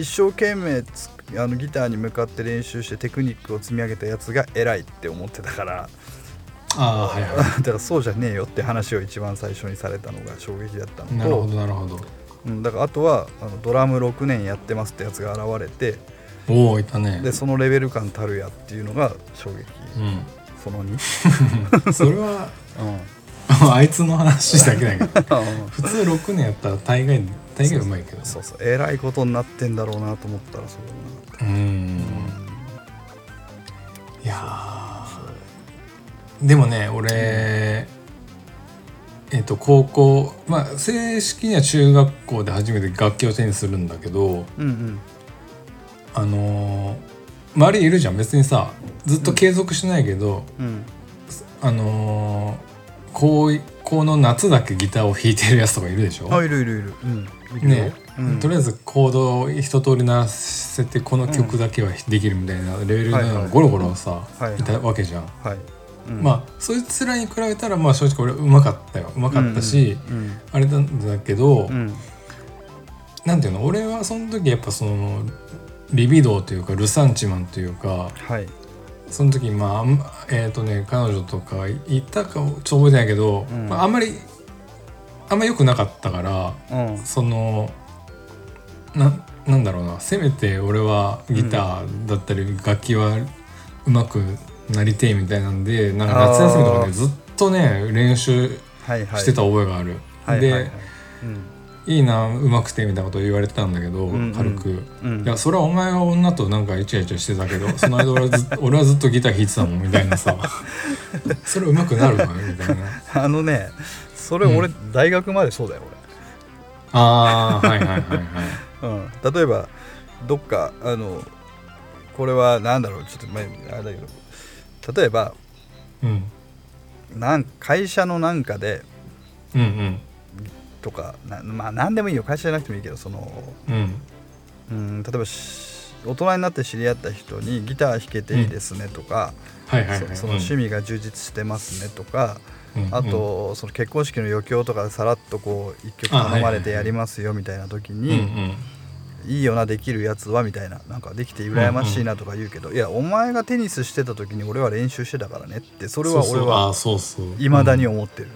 一生懸命つあのギターに向かって練習してテクニックを積み上げたやつが偉いって思ってた から
ああーはいは
だからそうじゃねえよって話を一番最初にされたのが衝撃だった
い。
の
なるほ
と
ど、なるほど。
うん、だからあとはあのドラム6年やってますってやつが現れて
おおいたね。
でそのレベル感たるやっていうのが衝撃 その2、
うん。それは。
うん、
あいつの話だけだけど 普通6年やったら大概大概うまいけど
そうそうえらいことになってんだろうなと思ったらそうでもなかっ
うーんいやーでもね俺、えっと高校まあ正式には中学校で初めて楽器を手にするんだけど
たうんうん
あのー周りいるじゃん別にさずっと継続しないけど、
うん
あのー高い高の夏だけギターを弾いてるやつとかいるでしょ
あいるいるいるうんいるよ
ね
うん
とりあえずコードを一通り鳴らせてこの曲だけはできるみたいなレベル
はいは
の
い
ゴロゴロさ、
はいはい
いたわけじゃん、
はい、うん
まあそいつらに比べたらまあ正直俺うまかったようまかったし、
うん
あれなんだけど、
うん
なんていうの俺はその時やっぱそのリビドーというかルサンチマンというか
はい
その時まああんえっ、とね彼女とかいたかちょっと覚えてないけど、
うん
まあ、あんまりあんま良くなかったから
うん
そのななんだろうなせめて俺はギターだったり楽器はうまくなりてえみたいなんでなんか夏休みとか
あー
ねずっとね練習
はいはい
してた覚えがある。
はいはいはい
で
うん
いいなうまくてみたいなことを言われてたんだけど、
うんうん
軽く、
うん
いやそれはお前は女となんかイチャイチャしてた けどその間俺はず俺はずっとギター弾いてたもんみたいなさそれうまくなるのみたいな
あのねそれ俺、大学までそうだよ
ああはいはいはいはい
俺、うん、例えばどっかあのこれはなんだろうちょっと前あれだけど例えば
うん
なん会社のなんかで
うん
とかなまあ何でもいいよ会社じゃなくてもいいけどその
うんうん
うん例えばし大人になって知り合った人にギター弾けていいですねとか、
はいはいはい
そその趣味が充実してますねとか、
うんうん
あとその結婚式の余興とかでさらっとこう一曲頼まれてやりますよみたいな時
うん
に、
うん
いいよなできるやつはみたいななんかできて羨ましいなとか言うけど、いやお前がテニスしてた時に俺は練習してたからねってそれは俺は
そうそうあーそうそう
未だに
うん
思ってる、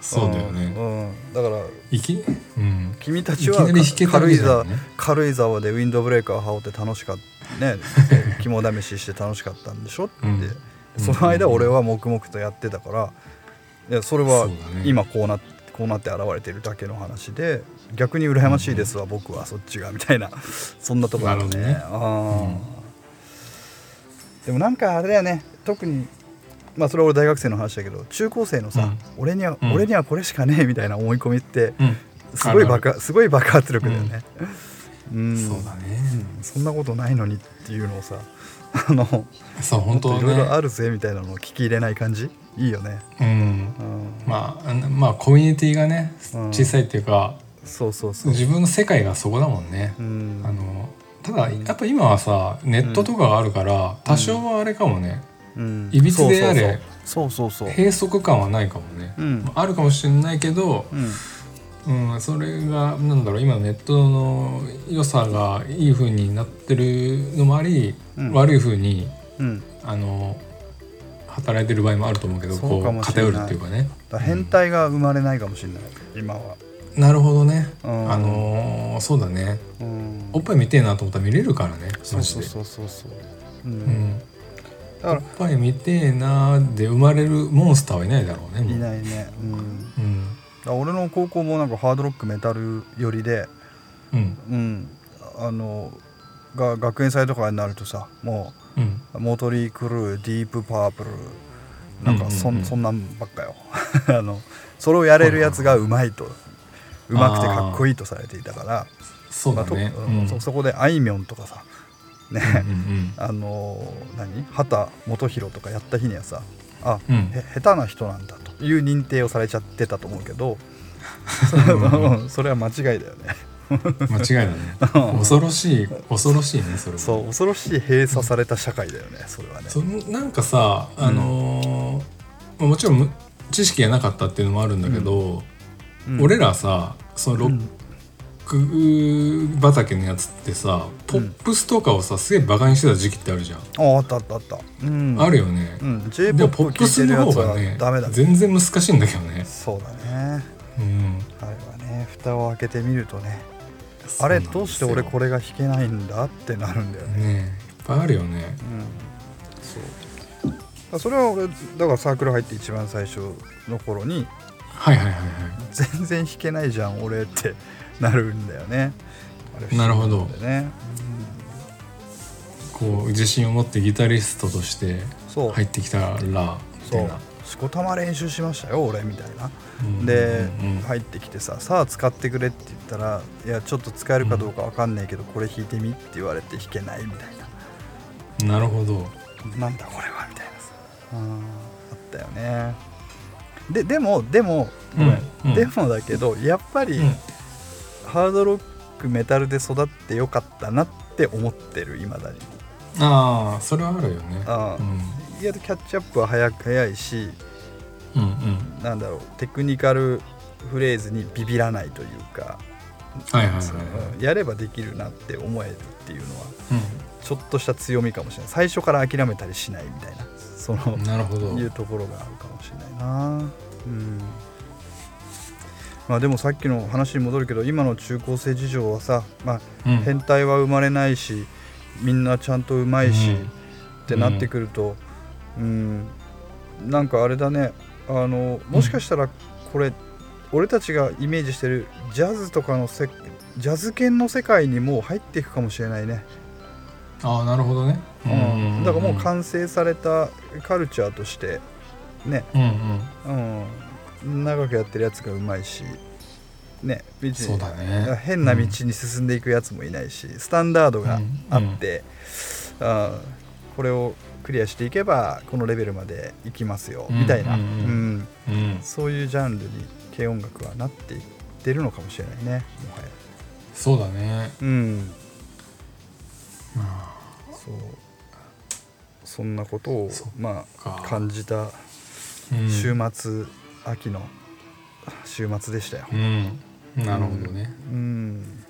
そうだよね、
うんうんだから
いきうん
君たちはい
きなり弾けたわ
軽
け
井
じゃな
沢
いね
軽井沢でウィンドブレーカー羽織って楽しかったね肝試しして楽しかったんでしょって、
うん
でその間俺は黙々とやってたからいやそれ
そ
は
うだね
今こうなって。こうなって現れてるだけの話で逆に羨ましいですわ、僕はそっちがみたいな そんなとこあるね
なる
あーでもなんかあれだよね特にまあそれは俺大学生の話だけど中高生のさ、
うん
俺には、
うん
俺にはこれしかねえみたいな思い込みって
うん
すごい
ある
爆すごい爆発力だよね。うん、
ある
そ
そうだね
んなことないのにっていうのをさ、 あの、
そう本当
い
は
ろいろ
ね
あるぜみたいなのを聞き入れない感じ、いいよね。
うん
うん、
まああのまあコミュニティがね
うん
小さいっていうか、
そうそうそう。
自分の世界がそこだもんね、
うん
あ、のただやっぱ今はさネットとかがあるから、多少はあれかもね
うん
いびつであれ。
そうそうそう。そうそうそう
閉塞感はないかもね、
うん
あるかもしれないけど、
うん、
うん、それがなんだろう今ネットの良さがいい風になってるのもあり、
うん
悪い風に
うん、
あの働いてる場合もあると思うけど
そうか
こ
も
う
しれ
偏
ない
るっていうかね。
だから変態が生まれないかもしれない。今は。
なるほどね、
うん
あのーそうだね
うん
おっぱい見てえなと思ったら見れるからね
そうそうそうそうそう。う、
マジでうんん、
だか
おっぱい見てえなで生まれるモンスターはいないだろうね
ら
もう
いないね。うん、だか
うん
ら俺の高校もなんかハードロックメタル寄りで。
うん
うん、あのが学園祭とかになるとさも
うん
うモトリー・クルーディープ・パープルなんかそ,、
うん
ん
うんうん
そんなんばっかよ あのそれをやれるやつがうまいとうまくてかっこいいとされていたから
そう
ま
だ
あと
ね、
うんそそこであいみょんとかさね、
うんうん
あの何畑元博とかやった日にはさあ、
うん
へ下手な人なんだという認定をされちゃってたと思う けどそれは うんそれは間違いだよね。
うん間違いだね 恐ろしい恐ろしいねそれは
そう恐ろしい閉鎖された社会だよねそれはね
そなんかさあのーもちろんむ知識がなかったっていうのもあるんだけど、
うん
俺らさそのロック畑のやつってさ、ポップスとかをさすげえバカにしてた時期ってあるじゃん、
ああったあったあったうん
あるよね、
うん
でも
J−POP
ポップ
聴い
ス
てるや
の
つ
方が
は
ね
ダメだ
全然難しいんだけどね、
そうだね
うん、
あれはね蓋を開けてみるとね
そ
あ
うな
れ
んですよ
どうして俺これが弾けないんだってなるんだよね
ねえいっぱいあるよね
うんそうそれは俺だからサークル入って一番最初の頃に
はいはいはいは
全然弾けないじゃん俺ってなるんだよねあれ不思議
なるほど
んだよね
いこう自信を持ってギタリストとして
そう
入ってきたらみ
そ
たいうな
しこたま練習しましたよ俺みたいな、
うん
で、
うんうん
入ってきてさ「さあ使ってくれ」って言ったら「いやちょっと使えるかどうかわかんないけど、これ弾いてみ」って言われて弾けないみたいな
なるほど
「なんだこれは」みたいなさうんあったよねででもでも、ごめん
うんうん
でもだけどやっぱり、
うん
ハードロックメタルで育ってよかったなって思ってるいまだに
ああそれはあるよね
あー
う
意外とキャッチアップは早く早いし
んうんうん
なんだろうテクニカルフレーズにビビらないというか、
はいはいはい
その
は
やればできるなって思えるっていうのはいちょっとした強みかもしれない最初から諦めたりしないみたいなその、
うんなるほど
いうところがあるかもしれないなうんまあでもさっきの話に戻るけど今の中高生事情はさ、まあ、
うん
変態は生まれないしみんなちゃんとうまいし、
うん
ってなってくるとうん、なんかあれだねあのもしかしたらこれ俺たちがイメージしてるジャズとかのせジャズ圏の世界にもう入っていくかもしれないね、
ああなるほどね
うん、だからもう完成されたカルチャーとしてね、
うんうん
うん、長くやってるやつがうまいしね別
そう
に
だね
変な道に進んでいくやつもいないし、スタンダードがあって、あーこれをクリアしていけばこのレベルまでいきますよ、
うん
みたいな、
うんうん
うん
うん
そういうジャンルに軽音楽はなっていってるのかもしれないねもはや
そうだね
うん
ま
そうそんなことを
そっ
ま
か
あ感じた
あうん
週末、秋の週末でしたよ
うんなるほどね
うん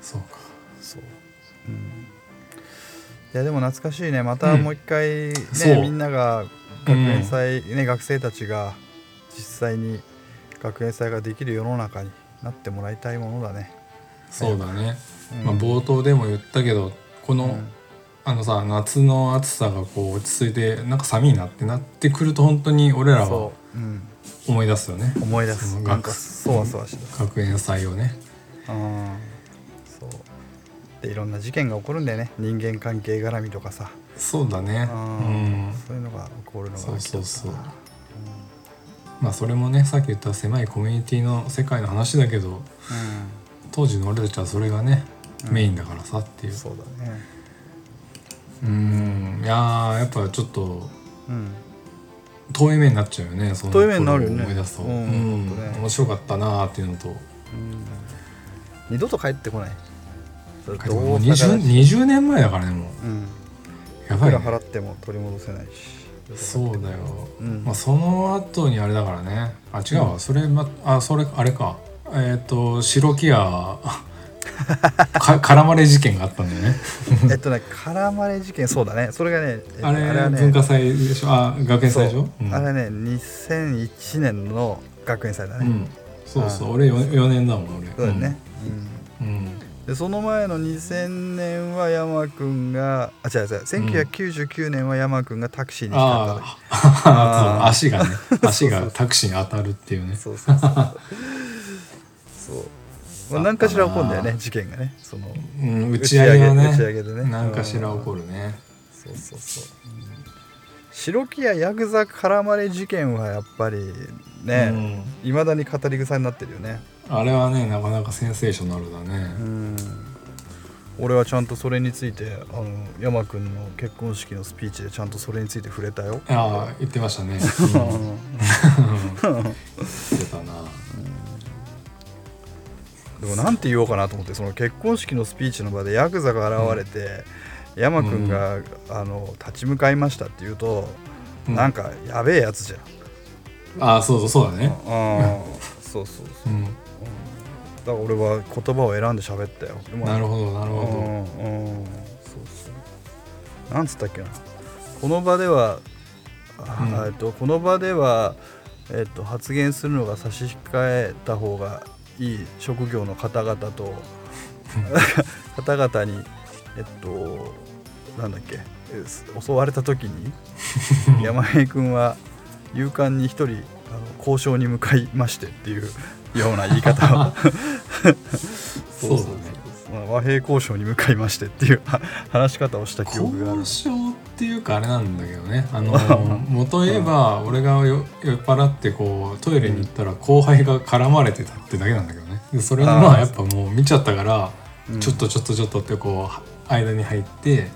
そうか
そう、うん、いやでも懐かしいねまたもう一回ね、
そう
みんなが学園祭、ね学生たちが実際に学園祭ができる世の中になってもらいたいものだね、
そうだね
うん
まあ冒頭でも言ったけどこ
う
の
ん
あのさ夏の暑さがこう落ち着いてなんか寒いなってなってくると本当に俺らは
そう、うん、
思い出すよね
思い出
そ
す
の
なん
学
かそわそわして
学園祭をね
たうんそうでいろんな事件が起こるんだよね人間関係絡みとかさ、
そうだねう
うん
ん
そういうのが起こるのが
そう
秋だ
そ
っ
う
た
そう
な
まあそれもねさっき言った狭いコミュニティの世界の話だけど当時の俺たちはそれがね
うん、
メインだからさっていううん
そうだね
うんいやーやっぱちょっと
うん
遠い目になっちゃうよねその
遠い目になるよね
頃を思い出すと、
う
うんん
本当ね
面白かったなーっていうのと
うん二度と帰ってこないそれど
もう
う逆
20,
ら
20年前だからねもう
うん
や
い
ば
く
い、
ら
ね、
払っても取り戻せないし
そうだよ、
うん
まあ、その後にあれだからねあ違うわ、それ、ま、あそれあれかえっ、と白木屋 か絡まれ事件があったんだよね
えっとね絡まれ事件そうだねそれがね えっと
あれ
はね
文化祭でしょあ学園祭でしょ
そうあれね2001年の学園祭だ
う
ね、
ん、そうそう俺 4, 四年だもん俺
そうだよね、うん
うん、うん
でその前の2000年は山君があ違う違う1999年は山君がタクシーにかった時、
あ あ
あー
足 がね足がタクシーに当たるっていうね
そうそうそうそうそう、まあ、何かしら起こるんだよ
あっ
ね事件がねその
うん、打ち上げはね
打ち上げでね
なんかしら起こるね
そうそうそう白木屋ヤクザ絡まれ事件はやっぱりねいま、未だに語り草になってるよね
うん、あれはねなかなかセンセーショナルだ
う
ね、
ん俺はちゃんとそれについてあの山君の結婚式のスピーチでちゃんとそれについて触れたよ、
ああ言ってましたね、
う
うん
ん
言ってたな
でもなんて言おうかなと思ってその結婚式のスピーチの場でヤクザが現れて、山君が、あの立ち向かいましたって言うと、
うん
なんかやべえやつじゃん。
ああそうそうそうだね
あー そうそうそうう。
ん、
だから俺は言葉を選んで喋ったよ。でも
なるほどなる
う
ほ
んうんそうそう。なんつったっけな。この場では、あ
うん
えっとこの場ではえっと発言するのが差し控えた方がいい職業の方々 と方々にえっとなんだっけえす襲われた時 に山井君は勇敢に一人あの交渉に向かいましてっていうような言い方を
そうだね
まあ和平交渉に向かいましてっていう は話し方をした記憶があ
ど
る
交渉っていうかあれなんだけど ねあの元言えば俺が酔酔っ払ってこうトイレに行ったら後輩が絡まれてたってだけなんだけどねでそれを
あー
まあやっぱもう見ちゃったから、
うん
ちょっとちょっとちょっとってこう間に入って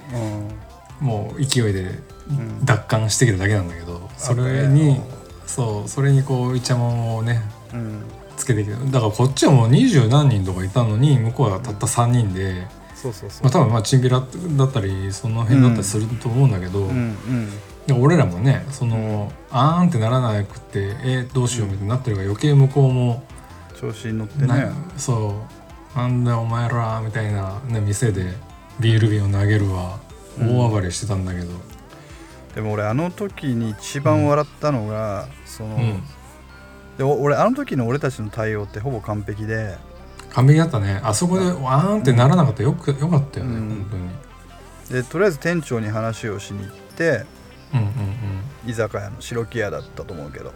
うん
もう勢いで
うん
奪還してきただけなんだけどそれ
あ
に
とね
そうそれにこういちゃもんをね
うん
つけてきただからこっちはもう二十何人とかいたのに向こうはたった3人で、
そうそうそう
まあ、多分まあチンピラだったりその辺だったりすると思うんだけど、
うんうん
で俺らもねその、あーんってならなくてえーどうしようみたいになってるから余計向こうも、
調子に乗って
な
ね
そうなんだよお前らみたいな、ね、店でビール瓶を投げるわ大暴れしてたんだけど、
でも俺あの時に一番笑ったのが、その、
うん
でお俺あの時の俺たちの対応ってほぼ完璧で
完璧だったねあそこでわーんってならなかったよくよかったよね、
うん
本
でとりあえず店長に話をしに行って
当にうんうんうん
居酒屋の白木屋だったと思うけど、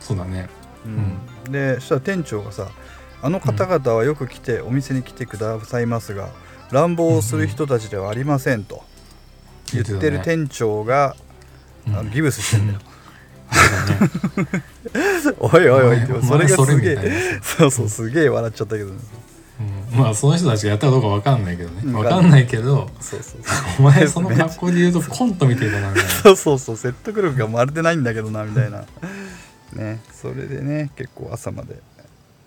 そうだね
うん、でそしたら店長がさ「あの方々はよく来て、お店に来てくださいますが乱暴をする人たちではありません」と言ってる店長が、あのギブスしてんだよ。 お いおいおいって
お前
それがすげ
お前それみたいな
えそうそうすげえ笑っちゃったけど、ね、
うんまあその人たちがやったかどうかわかんないけどね
わ
わ
か
か
んない
んないけど
そうそう
お前その格好で言うとコントみてえだなみたい な
そうそうそう説得力がまるでないんだけどなみ たいなねそれでね結構朝まで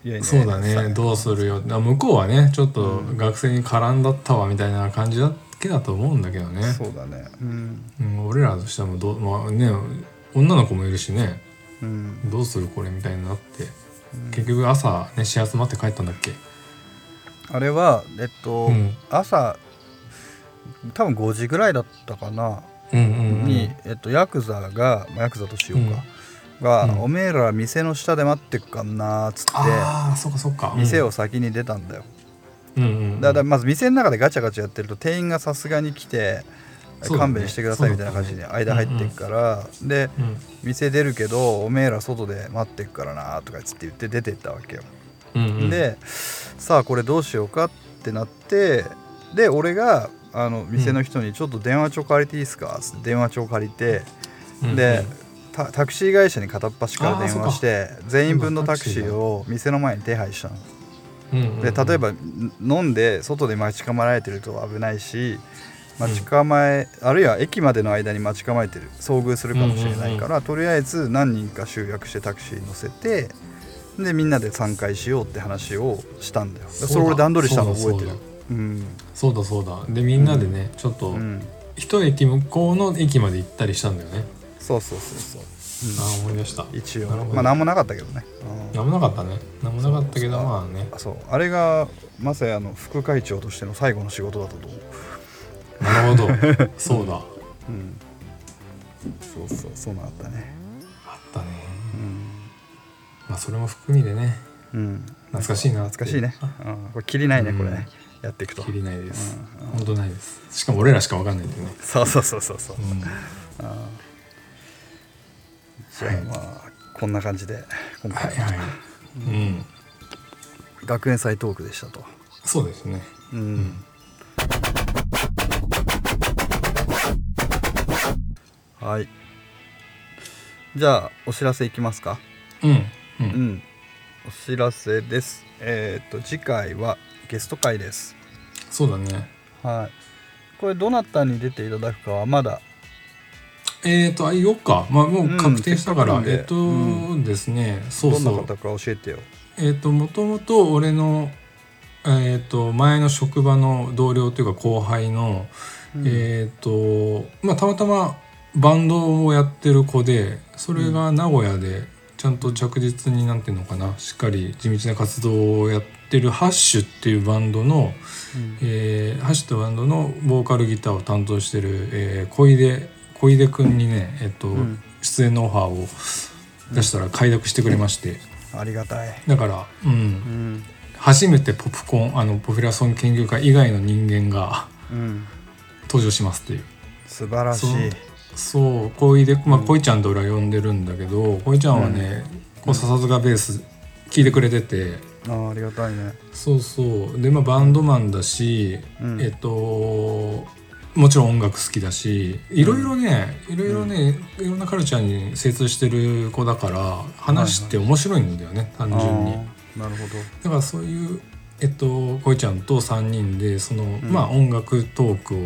いやいや
そうだ
さ
ねどうするよあ向こうはねちょっと学生に絡んだったわみたいな感じだけだと思うんだけどね、
そうだねうん
うん、俺らとしてもどう、まあね、女の子もいるしね
うん
どうするこれみたいになって結局朝ね始発待って帰ったんだっけ
あれはえっと、
うん
朝多分5時ぐらいだったかな、
うんうんうん
に、えっと、ヤクザが、まあ、ヤクザとしようか、が、
うん
おめえら店の下で待ってっかんな」っつって
ああそっかそっかうん
店を先に出たんだよ、
うんうんうん
だからまず店の中でガチャガチャやってると店員がさすがに来て、
そうだね
勘弁してくださいみたいな感じで間入ってくから、で店出るけどおめえら外で待ってくからなとかつって言って出てったわけよ、
うんうんうん
でさあこれどうしようかってなってで俺があの店の人に「ちょっと電話帳借りていいですか?」つって電話帳借りて、
うんうん
でタタクシー会社に片っ端から
あー
電話して全員分のタクシーを店の前に手配した
う
の。
んうんうん
で例えばん飲んで外で待ち構えられてると危ないし待ち構え、あるいは駅までの間に待ち構えてる遭遇するかもしれないから、とりあえず何人か集約してタクシーに乗せてでみんなで3回しようって話をしたんだよでそ
そうだ
れ俺段取りしたの
そう
覚
だ
えてる
そうだ
うん
そうだそうだでみんなでねちょっと
うん
一駅向こうの駅まで行ったりしたんだよね
そうそうそうそう、
ああ思い出した
うん、一応
なるほど
まあ何もなかったけどね、うん
何もなかったね何もなかったけどまあね
あそうあれがまさやの副会長としての最後の仕事だったと思う
なるほど そうだあ
うんそうそうそうなったね
ったね
うん
まあそれも含みでね
うん、
懐かしいな
懐かしいね、うん、これ切りないねこれね、やっていくと
切りないです
うん
本当ないですしかも俺らしかわかんないんだよね
そうそうそうそうそう、
うん
じゃあまあこんな感じで今
はい
回
はいうん
学園祭トークでしたと
そうですね
うん、はいじゃあお知らせいきますか
うんう
うんんお知らせですえっ、と次回はゲスト会です
そうだね
はいこれどなたに出ていただくかはまだ
えーとあ言おうかまあもう確定したから
うん
えっとですねそう
どんな
そう
方か教えてよ
えっ、ともともと俺のえっ、と前の職場の同僚というか後輩の、
うん
えっ、とまあたまたまバンドをやってる子でそれが名古屋でちゃんと着実になんていうのかなしっかり地道な活動をやってるハッシュっていうバンドの、えーハッシュとバンドのボーカルギターを担当してる、えー、小出小出くんにね、えっと
ん
出演のオファーを出したら快諾してくれまして、
ありがたい
だから、うん
う、ん
初めてポップコーンあのポピュラソング研究会以外の人間が
うん
登場しますっていう
素晴らしい
そのそう恋でまあ恋ちゃんと俺は呼んでるんだけど恋ちゃんはね、こう笹塚ベース聞いてくれてて
あーありがたいね
そうそうでまあバンドマンだし、
うん
えっともちろん音楽好きだしいろいろね、いろいろねいろんなカルチャーに精通してる子だから話して面白いんだよね、単純に。
あーなるほ
だからそういう、えっと、こいちゃんと3人でその、まあ、音楽トークを
どう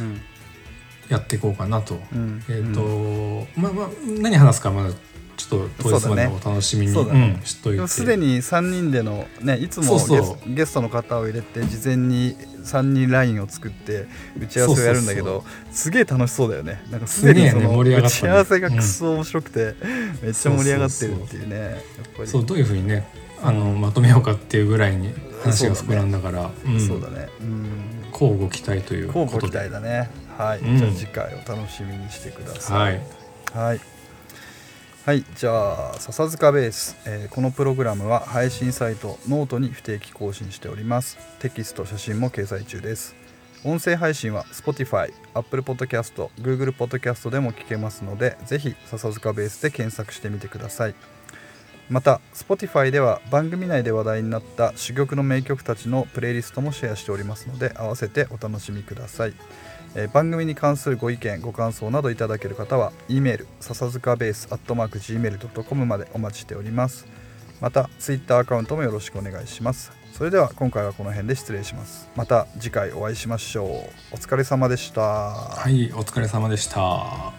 ん
やっていこうかなと。
うん
えっとまあまあ何話すかまだちょっと当日まで
そうだ
お楽しみに
そうだね
うんしとい
で
て。
もすでに3人でのねいつもゲス
そうそう
ゲストの方を入れて事前に3人ラインを作って打ち合わせをやるんだけ
そう
どすげえ楽しそうだよねなんかすでに
す
そ
げえね
の
盛り上が
打
った
ち
ね
合わせがクソ面白くてめっちゃ盛り上がってるっていうねやっぱり
そうどういうふうにねあのまとめようかっていうぐらいに話が膨らんだからうん
そうだねうん
乞うご期待という
交
こ
互
と
期
で。
待だねはい
うん
じゃあ次回お楽しみにしてください
はい、
はい。はい、じゃあ笹塚ベース、えーこのプログラムは配信サイトノートに不定期更新しておりますテキスト写真も掲載中です音声配信は Spotify、Apple Podcast、Google Podcast でも聞けますのでぜひ笹塚ベースで検索してみてくださいまた Spotify では番組内で話題になった珠玉の名曲たちのプレイリストもシェアしておりますので合わせてお楽しみください、えー番組に関するご意見ご感想などいただける方は e メール笹塚ベース gmail.com までお待ちしておりますまた Twitter アカウントもよろしくお願いしますそれでは今回はこの辺で失礼しますまた次回お会いしましょうお疲れ様でした
はいお疲れ様でした